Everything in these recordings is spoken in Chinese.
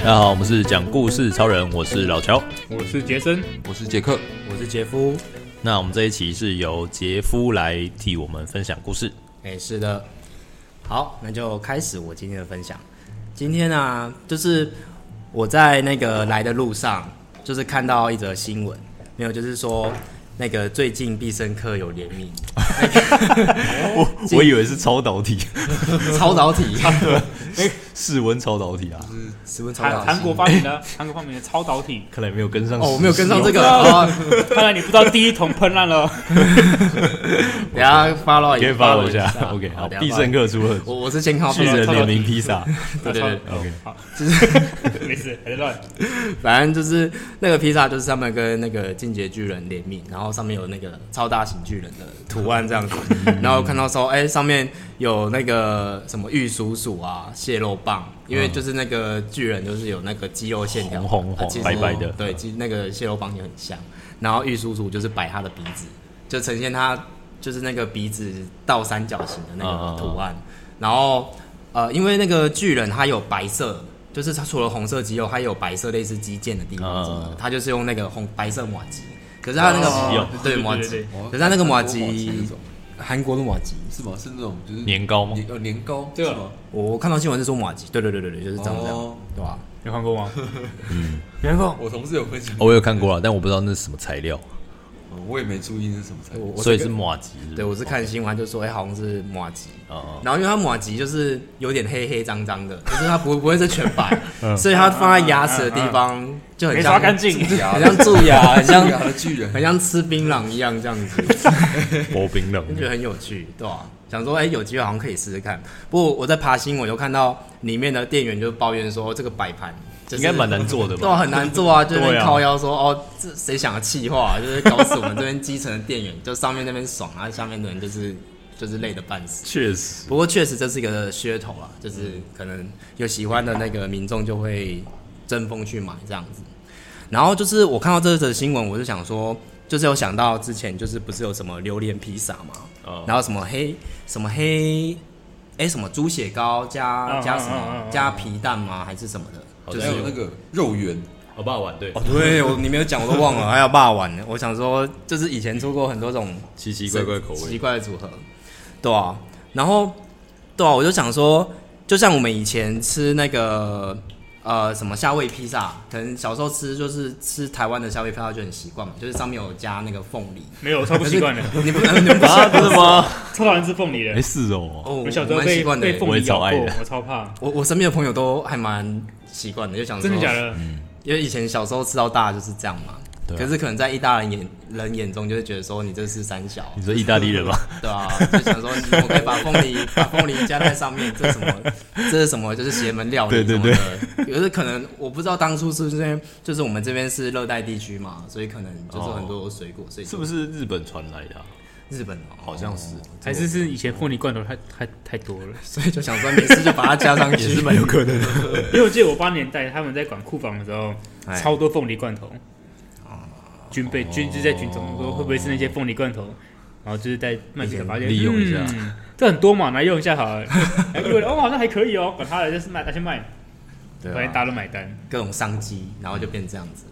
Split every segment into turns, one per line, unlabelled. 大家好，我们是讲故事超人，我是老乔。
我是杰森，
我是杰克，
我是杰夫。
那我们这一期是由杰夫来替我们分享故事。
哎、是的。好，那就开始我今天的分享。今天呢、就是我在那个来的路上，就是看到一则新闻，没有，就是说那个最近必胜客有联名哦
我我以为是超导体，
超导 体，
室温超导体啊，
十问超
韩
导
韩
体。
国发明 的韩国发明的超导体，
看来没有跟上。
哦，我没有跟上这个，
有
哦、
看来你不知道第一桶喷烂了。
等一下 follow
你可以 follow 一下。OK，好，必胜
客，
客出了
我我是健康
巨人联名披萨。
对对对，哦
OK，
没事，还在乱。
反正就是那个披萨，就是他们跟那个进阶巨人联名，然后上面有那个超大型巨人的图案这样子，
嗯
然后看到说，哎、上面有那个什么玉鼠鼠啊、
嗯
蟹肉棒，因为就是那个巨人就是有那个肌肉线条嘛，
红红红
啊其实
白白的
对，其实那个蟹肉棒也很像，然后玉鼠鼠就是摆它的鼻子，就呈现它就是那个鼻子倒三角形的那
嗯
个图案，然后呃，因为那个巨人它有白色，就是它除了红色肌肉，它也有白色类似肌腱的地
啊
方什么的，
嗯
它就是用那个红白色马吉。可是它那个、
哦
对
对
马
对
吉
对，
可是它那个马
那
吉
种，
韩国的马吉，
是吗？是那种就是
年糕吗
年呃年糕
对啊
是吗？
我看到新闻是说马吉，对对对对对，就是长这样，
哦
对吧、
有看过吗？
嗯
我同事有分享，
我有看过了，但我不知道那是什么材料，
呃哦我也没注意那是什么菜。
我我
所以
看
是马吉。不
对我是看新闻它就说，哎、好像是马吉，
哦，
然后因为它马吉就是有点黑黑脏脏 的，就是它不不会是全白，
嗯
所以它放在牙齿的地方就很
没
像
刷干净，
很像蛀牙，很像
蛀牙的巨人
很像吃槟榔一样这样子，
哦薄冰冷
就觉得很有趣，对吧、想说，哎、有机会好像可以试试看。不过我在爬新闻，就看到里面的店员就抱怨说，这个摆盘、就是、
应该蛮难做的
对啊，
吧？
很难做 啊，就在那
对
边
啊
靠腰说、哦，这谁想的气话、啊就是搞死我们这边基层的店员，就上面那边爽，然后下面的人就是就是累得半死。
确实，
不过确实这是一个噱头啊，就是可能有喜欢的那个民众就会争锋去买这样子。然后就是我看到这则新闻，我就想说，就是有想到之前就是不是有什么榴莲披萨嘛，
哦
然后什么黑什么黑，哎什么猪血糕加
嗯
加什
嗯嗯
么
嗯嗯
加皮蛋吗？还是什么的？
就
还有那个肉圆，
欧巴碗对
哦，，对我你没有讲我都忘 了，还有霸王丸。我想说，就是以前出过很多种
奇奇怪怪口
奇
味，
怪的组合，对啊。然后，对啊，我就想说，就像我们以前吃那个呃什么夏威夷披萨，可能小时候吃就是吃台湾的夏威夷披萨就很习惯嘛，就是上面有加那个凤梨。
没有，超不习惯的。
你不能，你不
啊，真的吗？
超讨厌吃凤梨
没
的，
事哦，
哦，
我
我
小时候
蛮习
被
惯的
被
欸。
凤梨咬
我也超爱
过
的，
我超怕。
我我身边的朋友都还蛮习惯的，就想说
真的假的？
嗯因为以前小时候吃到大就是这样嘛。
对啊
可是可能在意大利眼人眼中，就会觉得说你这是三小，
你说意大利人吗？
对啊，就想说你我可以把凤梨把凤梨加在上面，这是什么？这是什么？就是邪门料理
对对
什么的。有的可能我不知道当初是不是因为就是我们这边是热带地区嘛，所以可能就是很多水果，所以
是不是日本传来的啊？
日本哦
好像是，
还是是以前凤梨罐头太太太多了？
所以就想说没事就把它加上 去，
有可能的。
因为我记得我八年代他们在管库房的时候，
哎
超多凤梨罐头。军备军就是在军中说会不会是那些凤梨罐头，然后就是在卖给发现
利用一下
嗯这很多嘛，拿来用一下好了。哎，对了，哦，好像还可以哦，管他了，就是卖，拿去卖，
对
反正
啊
大家都买单。
各种商机，然后就变这样子。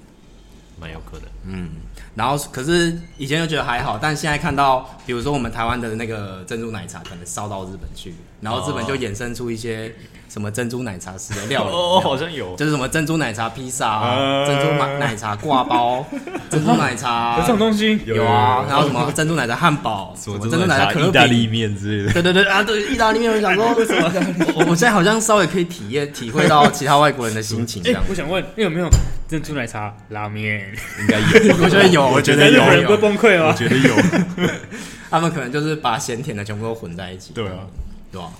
蛮有可能。
然后可是以前就觉得还好，但现在看到，比如说我们台湾的那个珍珠奶茶可能烧到日本去，然后日本就衍生出一些什么珍珠奶茶式的料理，
哦像有。
就是什么珍珠奶茶披萨、哦啊、珍珠奶奶茶挂 包、珍珠奶茶
有这，种东西，
有啊，然后什么珍珠奶茶汉堡、什
什么珍
么珍
珠
珠
奶
奶
茶、
茶
意
可
大利
饼。
面之 类的，
对对对啊，对意大利面，我想说为什么？ 我我现在好像稍微可以体验体会到其他外国人的心情这
哎
样，，
我想问，你有没有珍珠奶茶拉面？
应该有。
哎我觉得有，我觉得
日
有
本人不会
有，
崩溃吗？
觉得有。
他们可能就是把咸甜的全部都混在一起。
对啊，
对吧、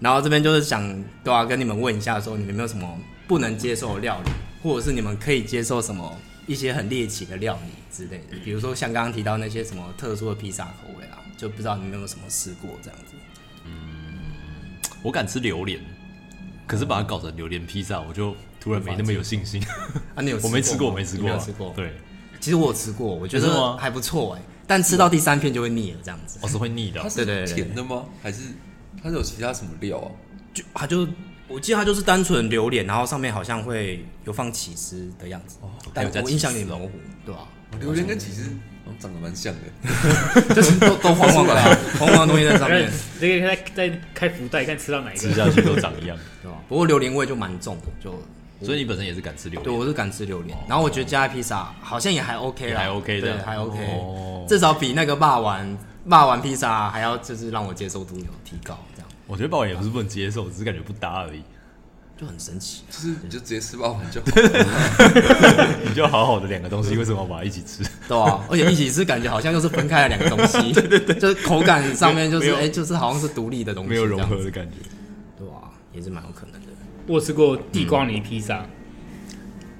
然后这边就是想对啊，跟你们问一下，说你们有没有什么不能接受的料理，或者是你们可以接受什么一些很猎奇的料理之类的，比如说像刚刚提到那些什么特殊的披萨口味啊，就不知道你们有没有什么试过这样子。
我敢吃榴莲，可是把它搞成榴莲披萨，我就突然没那么有信心。
啊，你有
我没吃过，
过吗，
我没吃
你
过
没
啊，
有吃过。，
对，
其实我有吃过，我觉
真的吗
得还不错哎、但吃到第三片就会腻了，这样子。
我是会腻的
它
哦。
对对
是
对
甜的吗？还是它是有其他什么料啊？
就它就我记得它就是单纯榴莲，然后上面好像会有放起司的样子，但
哦还有加
我印象
起
里
司哦
模糊，对 吧、
榴莲跟起司好像长得蛮像的，
就是都都黄黄的、 啊，黄黄的东西在 上面，
这个在在开福袋，看吃到哪一
吃
个。
下去都长一 样，
对吧、不过榴莲味就蛮重的，就
所以你本身也是敢吃榴
对
莲，
我是敢吃榴莲，然后我觉得加披萨好像也还 OK
哦也
啦，
还 OK 的
对，还 OK，、
哦
至少比那个霸王霸王披萨还要就是让我接受度有提高，这样
我觉得鲍也不是不能接受，只是感觉不搭而已。
就很神奇。
就是你就直接吃八碗 就好。
你就好好的两个东西，为什么要把它一起 吃？
对啊，而且一起吃感觉好像又是分开的两个东 西，对对对，就是口感上面就是
没有
哎、就是好像是独立的东西，
没有融合，的感觉。
对啊，也是蛮有可能的。
我吃过地瓜泥披萨，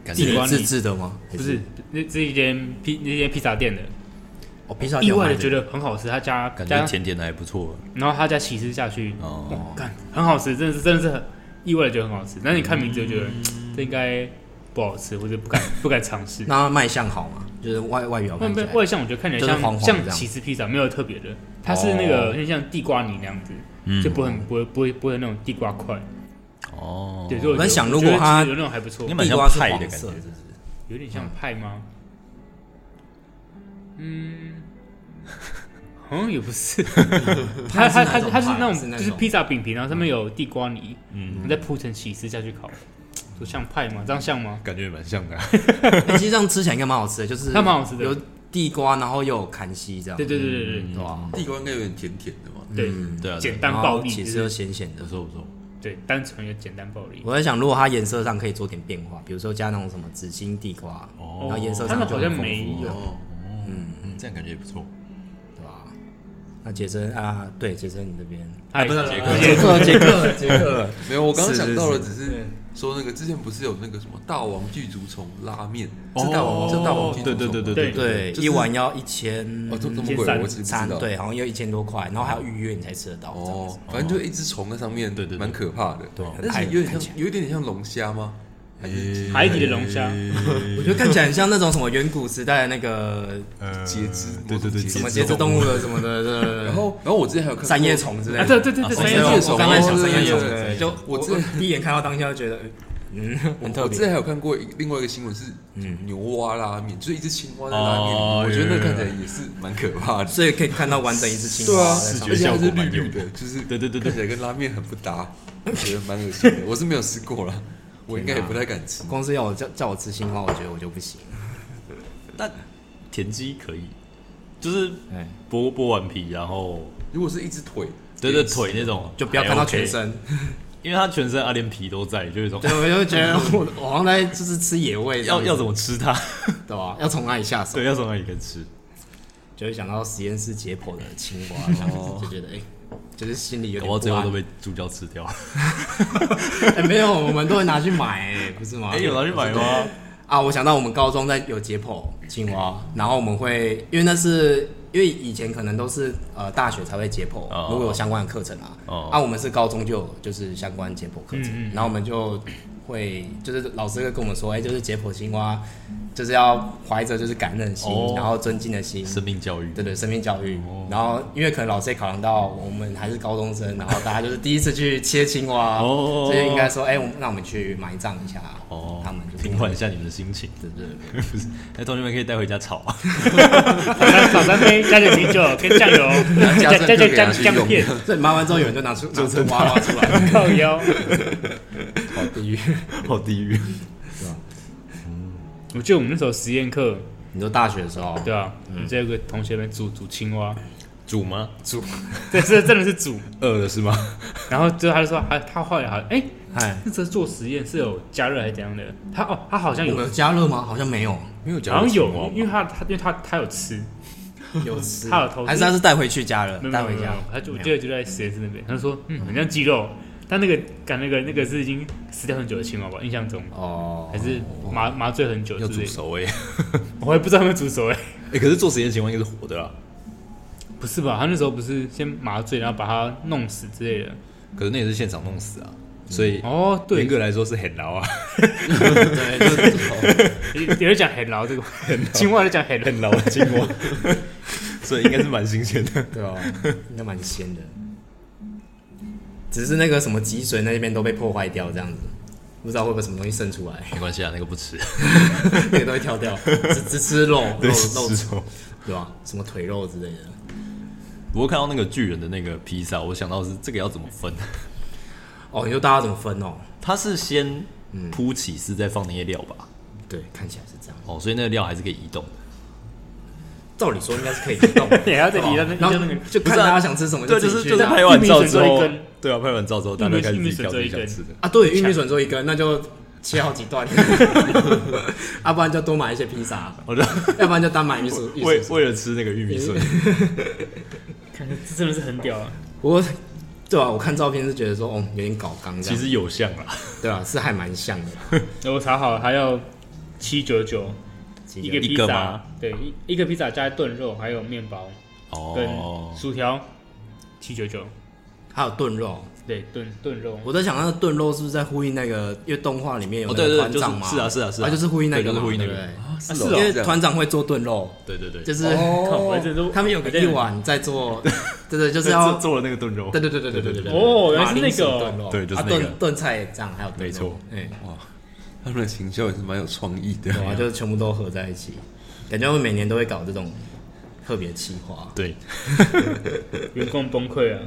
感
自
觉
地瓜
己
泥
自制的吗？
不是，那这一间披那间披萨店的，
我披萨
意外的觉得很好吃，他加
感
加
觉甜甜的还不错。
然后他加起司下去，
哦
哦，干，很好吃，真的是真的是很意外的觉得很好吃。但是你看名字就觉得、嗯这应该不好吃，或者 不敢不敢尝试。
那卖相好吗？就是外外表
外
看起
面
来，
外向我觉得看起来
就是
像
黄黄的哦这
像
样
起司披萨，没有特别的，它是那个、很像地瓜泥那样子，
嗯
就不会很不会不会不会那种地瓜块。
哦，
对，所以我
我在
觉得
想
我
如
觉得
果它
其实有那种还不错
你，蛮
地
像
瓜是
派
黄
的感
色
觉
的，是不是
有点像派吗？嗯， 好像也不是。它它它
派是哪种派
它是那
是
种
那
就是
种
披萨饼皮，然后上面有地瓜泥，嗯，再铺成起司下去烤，就像派吗？这样像吗？
感觉也蛮像的。
欸其实这样吃起来应该蛮好吃的，就是
它蛮好吃的
有地瓜，然后又有砍西这样，嗯
对对对对对
对吧？
地瓜应该有点甜甜的嘛，
对
对啊，
简单
然
暴
后
力，
起司
就
又
是
咸咸 的
不。错不错。
对单纯又简单暴力。
我在想，如果它颜色上可以做点变化，比如说加那种什么紫心地瓜，
哦
然后颜色
他
上
们
就
好
很丰
像
富
没有，
哦，
嗯，这样感觉也不错。
对吧？那杰森啊，对，杰森你这边，
哎，
不是杰克
杰
克，啊杰克，杰克，
没有，我刚刚
是
想到了，
是
只
对
是说那个之前不是有那个什么大王巨足虫拉面，
哦
是大王叫大王巨足
对
虫
哦对对对
对
对，
就是
一碗要一千
哦，这这么
一千
贵，
三
我其实不
三
知，道。
对，好像要一千多块，然后还要预约你才吃得到，这样子
哦，反正就一只虫在上面，
对对对
蛮可怕的。
对
但
看
是有
看
点
起来
像，有一点点像龙虾吗？还是
海底的 龙虾，
哎
我觉得看起来很像那种什么远古时代的那个
呃
截肢
对对对，
什么
截
节肢动物的什么的，对对对
然后，然后我之前还有看过
三叶，虫之类
啊，
的，
对对对对，
三
三
叶
叶
虫，
虫，
我刚才想三叶虫
对对对
对，
对
就我
我
我第一眼看到当下就觉得，嗯，很特
我之
别
前。还有看过一另外一个新闻是牛蛙拉面，就是一只青蛙在拉面
哦
里，我觉
有
得那
有
看起来也是蛮可怕的。
所以可以看到完整一只青
对
蛙
啊
在上，面。
觉
而且
效
它
果
是
蛮
绿
有
绿的，就是
对对对对
看起来跟拉面很不搭，我觉得蛮恶心的。我是没有吃过啦，我应该也不太敢吃。
公司要我叫叫我吃青蛙，我觉得我就不行。
那田鸡可以，就是
哎，
剥剥完皮，然后
如果是一只腿，
对对腿那种，哎
就不要看到全，身，
因为它全身啊连皮都在，就有一种
对，我就觉得我我好像在就是吃野味这样
要
子，
要怎么吃它？
对吧？要从哪里下手？
对，要从哪里跟吃？
就会想到实验室解剖的青蛙，这样子就觉得哎、就是心里有
哦搞
点
不好最后
不
都。
安
被猪脚吃掉。
哎没有，我们都会拿去买、哎不是吗？
哎，有拿去买吗？
啊，我想到我们高中在有解剖青
哦
蛙，然后我们会，因为那是因为以前可能都是呃大学才会解剖，
哦
如果有相关的课程啊，
哦嗯
啊我们是高中就有就是相关解剖课程，然后我们就会就是老师会跟我们说，哎、就是解剖青蛙，就是要怀着就是感恩的心，
哦
然后尊敬的 心，
生命教育，
对对，生命教育。
哦
然后因为可能老师也考量到我们还是高中生，然后大家就是第一次去切青蛙，
哦
所以应该说，哎，我们让我们去埋葬一下，
哦，
他们就是
平缓一下你们的心情。
对对对
不是，那同学们可以带回家炒啊。
小三杯，加点啤酒跟 酱油，
加
加加
加
点
加
酱酱片，
所以埋完之后，有人就拿出拿出娃娃出来，
靠腰。
好地狱。
好地狱。
我记得我们那时候实验课，
你说大学的时 候，
对啊，
嗯
我们这有个同学们煮煮青蛙，
煮吗？
住，
对，这真的是煮。
饿了是吗？
然后之后他就说，他他后来好像，哎，
哎，
那时候做实验是有加热还是怎样的？他哦，他好像
有
有
没，有加热吗？好像没有，
没有
好像有，因为他他因为他他有吃，
有吃
他有投资
还是他是带回去加热
没，有没
带
有没
回
有没
家
有，，他就我记得就在实验室那边，他就说，嗯，很像鸡肉，但那个感那个那个是已经死掉很久的青蛙吧，印象中。
哦
还，是麻麻醉很 久
要煮
之类的，
熟 哎、欸，
我还不知道他们煮熟哎、
哎、可是做实验情况应该是活的啦。
不是吧？他那时候不是先麻醉，然后把它弄死之类的。
可是那也是现场弄死啊，所以
哦，对
严，格来说是很 牢啊，
对，就是
有人讲很牢这个，青蛙就讲很牢，
很牢的青蛙。所以应该是蛮新鲜的。
对啊， 应该蛮鲜的。只是那个什么脊髓那边都被破坏掉，这样子，不知道会不会什么东西渗出 来，
没关系啊，那个不吃，
那个都会跳掉，只只吃肉肉
对，
肉
是，肉。
对吧、什么腿肉之类的，
不过看到那个巨人的那个披萨，我想到是这个要怎么分？
哦，你说大家怎么分哦？
它是先铺起司，再放那些料吧？
对，看起来是这样。
哦，所以那个料还是可以移动的。
照理说应该是可以移动的，
也要再移到那
然后
移到那个
就看大家想吃什么
对，就
自
是
己
就
去
是
拿
拍完照之
玉米笋
后
做一根，
对啊，拍完照之后大家开始自己挑自己想吃
玉米笋做一
的。
啊，对，玉米笋做一根，那就切好几段，啊，不然就多买一些披萨，
我就
要不然就单买玉薯玉
为
薯
为了吃那个玉米 笋，
看这真的是很屌啊！
不过，对啊，我看照片是觉得说，哦，有点搞刚这
其
样，
实有像啦。
对啊，是还蛮像的。
我查好了，还要七九九一个披
一个
萨
吗，
对，一一个披萨加炖肉，还有面包跟
哦，
薯条，七九九，
还有炖肉，
对，炖炖肉，
我在想那个炖肉是不是在呼应那个，因为动画里面有
哦
那
对
个
对
团长嘛、
就是是啊是啊是啊
就是呼应那个
对就
嘛，
是哦呼应那个
对不对哦
啊是
因为
这样
团长会做炖肉，
对对对，
就是、
靠我这都
他们有个一碗 在做，对对，就是
对
要
做。做了那个炖肉
对。对对对对对对对
哦原来
马
是那个
铃薯炖肉，
对就是
啊
那个
炖炖菜这样，还有炖肉
没错，
哎，
哇，他们的行销也是蛮有创意的。
对啊，就是全部都合在一起，感觉我们每年都会搞这种特别企划。
对，
员工崩溃啊！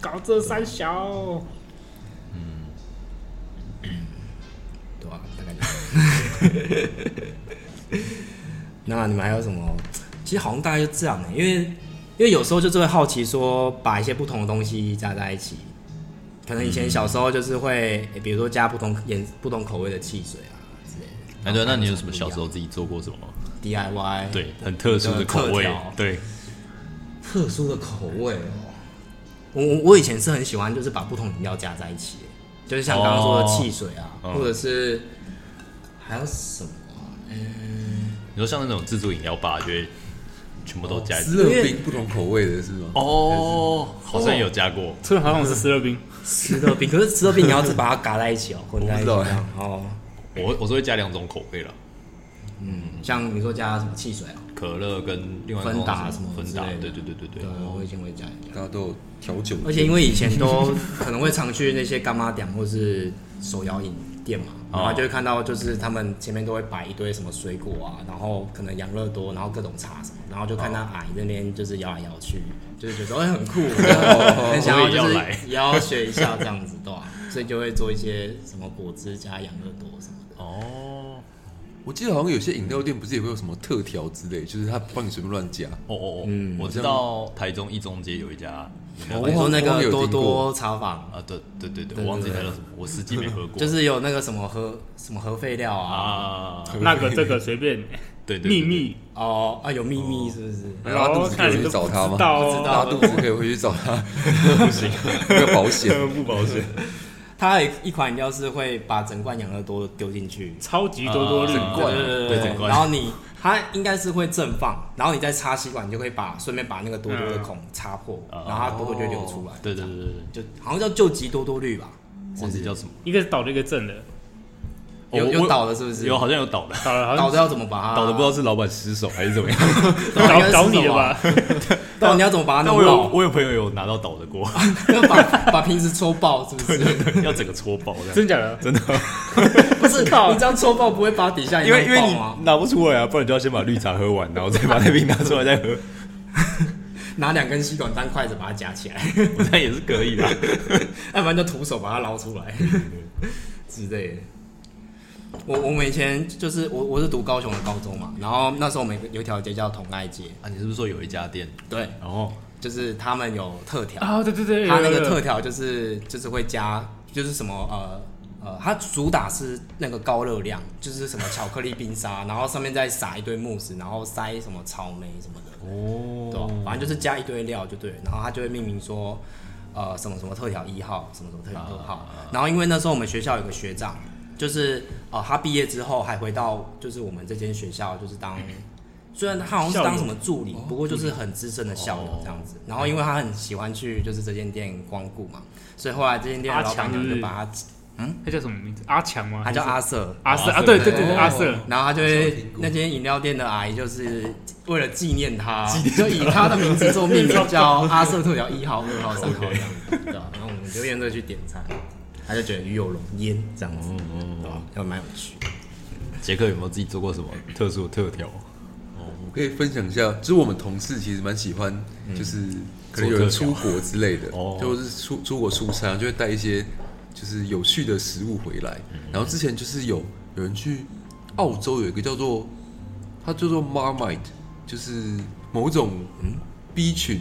搞这三小，
对啊，大概就是 那你们还有什么？其实好像大概就这样的、因为因为有时候就是会好奇说，把一些不同的东西加在一起，可能以前小时候就是会，诶比如说加不同颜、不同口味的汽水啊之类的
哎对，那你有什么小时候自己做过什么吗？
DIY，
对，很特殊的口
特
味
调，
对，
特殊的口味哦。我我我以前是很喜欢，就是把不同饮料加在一起，就是像刚刚说的
哦
汽水啊，
嗯
或者是还有什么、啊？嗯。
你说像那种自助饮料吧，就会全
哦
部都
哦
加一起。
斯乐冰不同口味的是吗？
哦，好像有加过，
突然好想吃斯乐冰，
吃豆饼，可 是吃豆饼你要是把它嘎在一起哦，混在一起
我不
这
知道
样哦。
我我是会加两种口味了，
嗯，像你说加什么汽水啊？
可乐跟另外一种
芬达什么
芬达
之类，的
对对对对对
对，，我以前会加一加。
大家都有调酒，
而且因为以前都可能会常去那些干妈店或是手摇饮店嘛，
哦
然后就会看到就是他们前面都会摆一堆什么水果啊，然后可能养乐多，然后各种茶什么，然后就看他阿姨那边就是摇来摇去，就是觉得哎很酷， 很想要
我也
就是
要来
哦也要学一下这样子对吧、所以就会做一些什么果汁加养乐多什么的。
哦
我记得好像有些饮料店不是也会有什么特调之类，就是他帮你随便乱加。
哦哦哦
嗯，
我知道台中一中街有一家饮料
哦我
店
说那
我
个
有听
多
过
多茶坊，
啊，对对对
对
对，我忘记它叫什么，我司机没喝过，
就是有那个什么核什么核废料啊，
啊，
那个这个随便，
对对，对
秘，密，哦
哦啊有秘密是不是？
哦
拉肚子可
看
以
你
回
都
去找他
不
吗
知？道
不知
哦，
道
拉肚子可以回去找 他，不 行，那个保险。
不保险，
它有一款饮料是会把整罐养乐多丢进去，
超级多多绿，
啊
对对
对
对
整
对，
罐
然后你它应该是会正放，然后你再插吸管，你就可以把顺便把那个多多的孔插破，
嗯
然后它多多就会流出来，
对对对对对，
就好像叫救急多多绿吧，
忘记叫什么，
一个是倒的，一个正的，
哦
有
我
有
我
倒的是不是？
有好像有倒的，
倒了好
倒
像
的要怎么把它
倒的不知道是老板失手还是怎 么样，
倒
倒倒你了吧？？
倒你要怎么把它
但
弄
我有
爆？
我有朋友有拿到倒的 过，
要把把 瓶子戳爆是不 是？
要整个戳爆这样。
真假的？
真的，
不是，你
道
这样戳爆不会把底下
因为因为
爆
你
吗？
拿不出来啊，不然就要先把绿茶喝完，然后再把那瓶拿出来 再喝，
拿两根吸管当筷子把它夹起来，
那也是可以的。
要不然就徒手把它捞出来之类的。我我们以前就是我我是读高雄的高中嘛，然后那时候我们有一条街叫同爱街，
啊，你是不是说有一家店，
对，
然后
就是他们有特调，
啊，对对对，
他那
有
个
有
特调就是就是会加就是什么呃。呃，它主打是那个高热量，就是什么巧克力冰沙，然后上面再撒一堆慕斯，然后塞什么草莓什么的，对吧、
哦，
反正就是加一堆料就对了，然后他就会命名说，呃，什么什么特调一号，什么什么特调二号。然后因为那时候我们学校有个学长，就是呃，他毕业之后还回到就是我们这间学校，就是当虽然他好像是当什么助理，不过就是很资深的校友这样子。然后因为他很喜欢去就是这间店光顾嘛，所以后来这间店的老板娘就把他嗯，
他叫什么名字？阿强吗？
他叫
还
阿瑟。
是阿瑟
阿
啊？
瑟
对对对，对
哦
阿瑟。
然后他就
我
会
听过
那间饮料店的阿姨就是为了纪念他，就以他的名字做命名，叫阿瑟特调一号、二号、三号这样子，对啊吧？然后我们就沿着去点餐，他就觉得鱼有龙烟这样子，对啊吧？还蛮有趣的。
杰克有没有自己做过什么特殊的特调？
我可以分享一下，就是我们同事其实蛮喜欢，
嗯
就是可能有人出国之类的，
哦
就是出出国出差，就会带一些就是有趣的食物回来。
嗯
然后之前就是有有人去澳洲有一个叫做它叫做 Marmite，就是某种
嗯
B 群，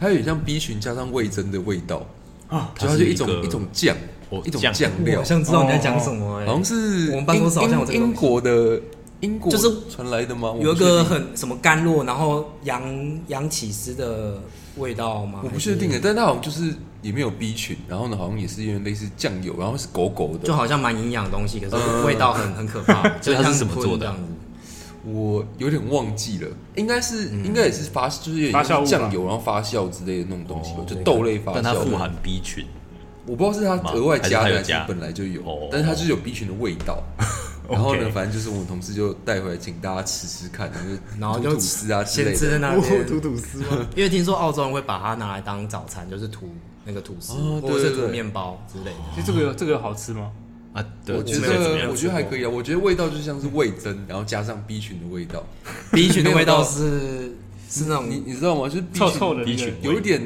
它有点像 B 群加上味增的味道，
啊
就它就一种
它是一个
一种酱，
哦
一种
酱
酱料，
知
道你在讲什
么
好像是
我们办公室好像有这个
英
东西
英国的英国
就是
传来的吗？我不
有一
确定
个很什么甘露，然后羊羊起司的味道吗？
我不确定哎
还
诶，
是，
但它好像就是里面有 B 群，然后呢，好像也是有点类似酱油，然后是狗狗的。
就好像蛮营养的东西，可是
嗯
味道很很可怕。
所以它是怎么做的
就像吞这样子？
我有点忘记了，应该是、
嗯
应该也是发，就是有点
发酵
像
物吧
酱油，然后发酵之类的那种东西吧，
哦
就豆类发酵。
但它富含 B 群，
我不知道是它额外加
还
的
是它有
还是
加
本来就有，
哦
但是它就是有 B 群的味 道。然后呢，
OK
反正就是我们同事就带回来，请大家吃吃看，然后就
然后
煮
就
吐司啊之
先
类
吃在
的。
那边，
吐司
因为听说澳洲人会把它拿来当早餐，就是涂那个吐司，
哦对
或者是
对对
涂面包之类的。
其实这个有这个有好吃吗？
啊，对，
我觉
没有怎么
得
样
我觉得还可以啊，我觉得味道就像是味增，然后加上 B 群的味道。
B 群的味道是是那
你
种
你知道吗？就是 B
臭
群
臭的那
B 群
个，
有一点，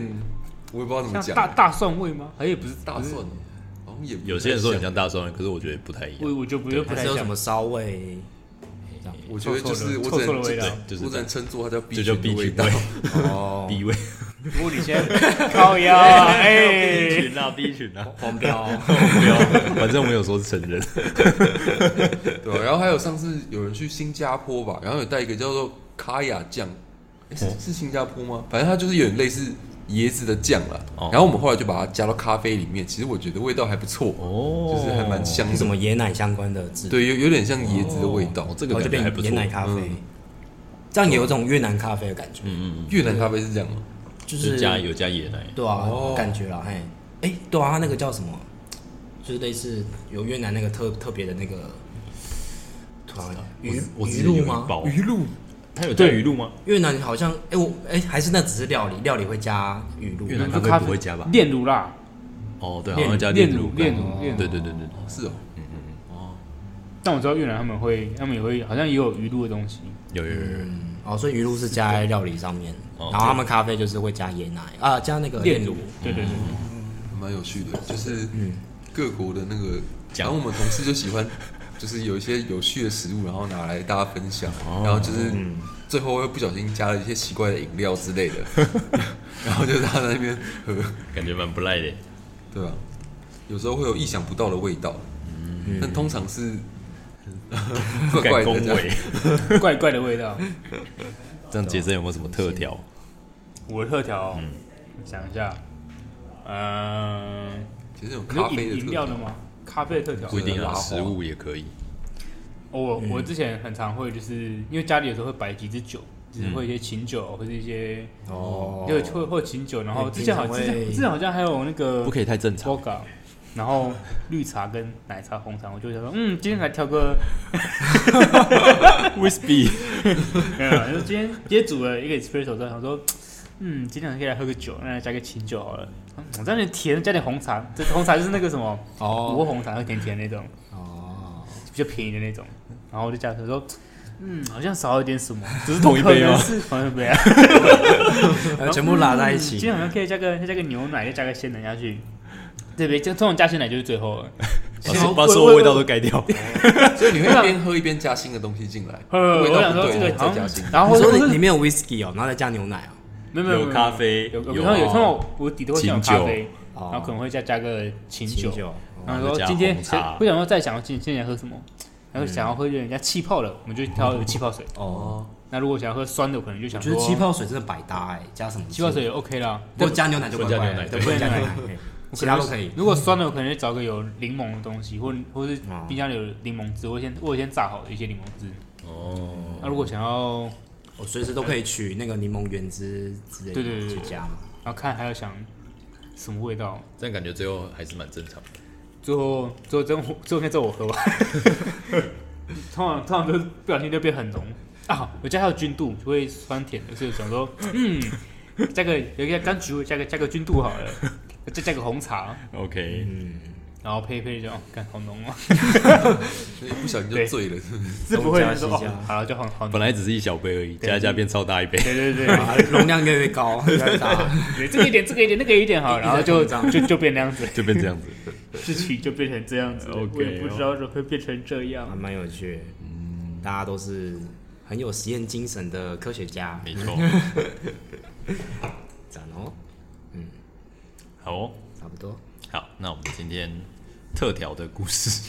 我也不知道怎么
像
讲。
大大蒜味吗？哎，也不是
大
不是
蒜，好像也不
有些人说很像
大，
大蒜，可是我觉得不太一
我
样。
我就不就不
还
太
是有什
像
么。烧味？
我觉得就是
臭
我
臭
只
的
能
味道
对就是
我只能称作它叫 B
这叫
群
B
的味
群
道
味。
哦，
，B 味，
不过你 现在高腰啊，哎，
啊，B 群 啊，
黄标。
不要，反正我有说是成人，
对，啊然后还有上次有人去新加坡吧，然后有带一个叫做卡雅酱，诶
哦
是是新加坡吗？反正它就是有点类似椰子的酱啦
哦。
然后我们后来就把它加到咖啡里面，其实我觉得味道还不错，
哦
就是还蛮香
什
的。
么椰奶相关的制品，
对，有有点像椰子的味道。
哦这
然
个
后
感
就
觉
变
还不错
椰。奶咖啡
嗯，
这样也有种越南咖啡的感觉，
嗯嗯嗯，
越南咖啡是这样吗？
就
就是
是
加有加椰奶，
对啊
哦，
感觉啦，嘿，哎，对啊，它那个叫什么？就是类似有越南那个特特别的那个，突然鱼
我
鱼
只有
露
一
吗？
包
鱼露
它有加
对
鱼露吗？
越南好像，哎、我哎、还是那只是料理，料理会加鱼露。
越南
就
咖啡不会加吧
炼乳啦，
哦，对，好
炼
像加
炼
乳
乳，
干
炼，乳，炼
对
乳。
对对对，对
是哦，
但我知道越南他们会，他们也会，好像也有鱼露的东西。
有有有有，
嗯，哦，所以鱼露是加在料理上面，
哦
然后他们咖啡就是会加椰奶啊，加那个炼乳。，
对对对，
蛮有趣
嗯
的，就是各国的那个，然后我们同事就喜欢， 就是有一些有趣的食物，然后拿来大家分享，
哦
然后就是
嗯
最后又不小心加了一些奇怪的饮料之 类的，然后就大家在那边喝，
感觉蛮不赖的。
对吧、有时候会有意想不到的味道，但通常是
嗯 不
怪
敢
怪的
恭
这样
维。
怪怪的味道。
这样杰森有没有什么特调？
我的特调哦，想一下，嗯，
其实有
你说
咖啡的
饮饮
特
料
调
的吗？咖啡的特调
不一定
拉
啊，
花
食物也可以。
哦我
嗯
我之前很常会，就是因为家里有时候会摆几支酒，就是会一些琴
嗯
酒或者一些，
哦
就会会琴酒，然后
你
之前好
平
之
常
前
会
之前好像还有那个
不可以太正常。
vodka，然后绿茶跟奶茶、红茶，我就想说，嗯，今天来挑个
Whisky
没有啦，就是今天今天煮了一个 espresso 之后，想说，嗯，今天可以来喝个酒，那来加个清酒好了。嗯我加点甜，加点红茶，这红茶就是那个什么
哦
无红茶，会甜甜那种，
哦，
比较便宜的那种。然后我就加他说，嗯，好像少了点什么，只是
同一杯吗
是同一杯啊，
呃全部拉在一
今
起。
天好像可以加个再加个牛奶，再加个鲜奶下去。这边就通常加鲜奶就是最后了，
把所把所有味道都盖掉。
所以你会一边喝一边加新的东西进来，
呃，
味
啊
我
道
想
不
说
对
这个
然后
好
再加
像
新，的。
然后
你说
或
里
者是
里面有 whisky 哦，然后再加牛奶啊、
没有没有没
有
有
咖啡
有有
有
有有通常我我底都会想有咖啡，
哦
然后可能会再加个清酒。哦然后
然后
说
加
今天
红茶
不想说再想要今今天喝什么，然后想要喝有点像气泡的，我们就挑有气泡水。
哦，
那如果想要喝酸的，我可能就
我
想
觉
说
得气泡水真的百搭哎、加什么？
气泡水，也 OK 啦。
不加牛奶就怪怪的，
不
对，
能
不能
加
加
牛
牛
奶
奶，嘿其他都可以。
如果酸的，我可能就找个有柠檬的东西，或或是
哦
冰箱里有柠檬汁，我会先我有先榨好的一些柠檬汁。
哦，
那如果想要，
我随时都可以取那个柠檬原汁之类的
对对对对
去加嘛。
然后看还有想什么味道，
这样感觉最后还是蛮正常的。
最后最后真我最后那这我喝吧。 通常通常都不小心就变很浓啊！我家还有菌度，就会酸甜的，所以想说，嗯，加个有一个柑橘味，加个加个菌度好了，再加个红茶，
OK，
然后配一配就哦，干好浓哦，
所以不小心就
对
醉 了。是不是
是不会
东加
说
西加
哦，好了就很好浓
本。来只是一小杯而已，
对
加一加变超大一杯。
对对对，
啊容量越来越高，越来越大。
对这个一点，这个一点，那个一点好，然后就就就变那样子，
就变这样子，
事情就变成这样子。
OK，
我也不知道怎么会变成这
还
样。
蛮有趣的，
嗯
大家都是很有实验精神的科学家，
没错。
赞哦，
好、哦，
差不多。
好，那我们今天特调的故事，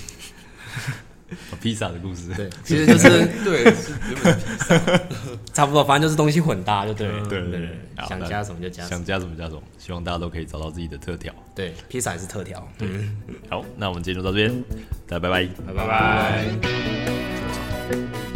哦披萨的故事，
对，其实就是
对，是原本是
差不多，反正就是东西混搭，就对了。
对对
对
对
对，
好
想
那
加什么就加什
想
么。
加什么加什么，希望大家都可以找到自己的特调。
对，披萨也是特调。嗯，
好，那我们今天就到这边，大家拜拜。
拜
拜拜。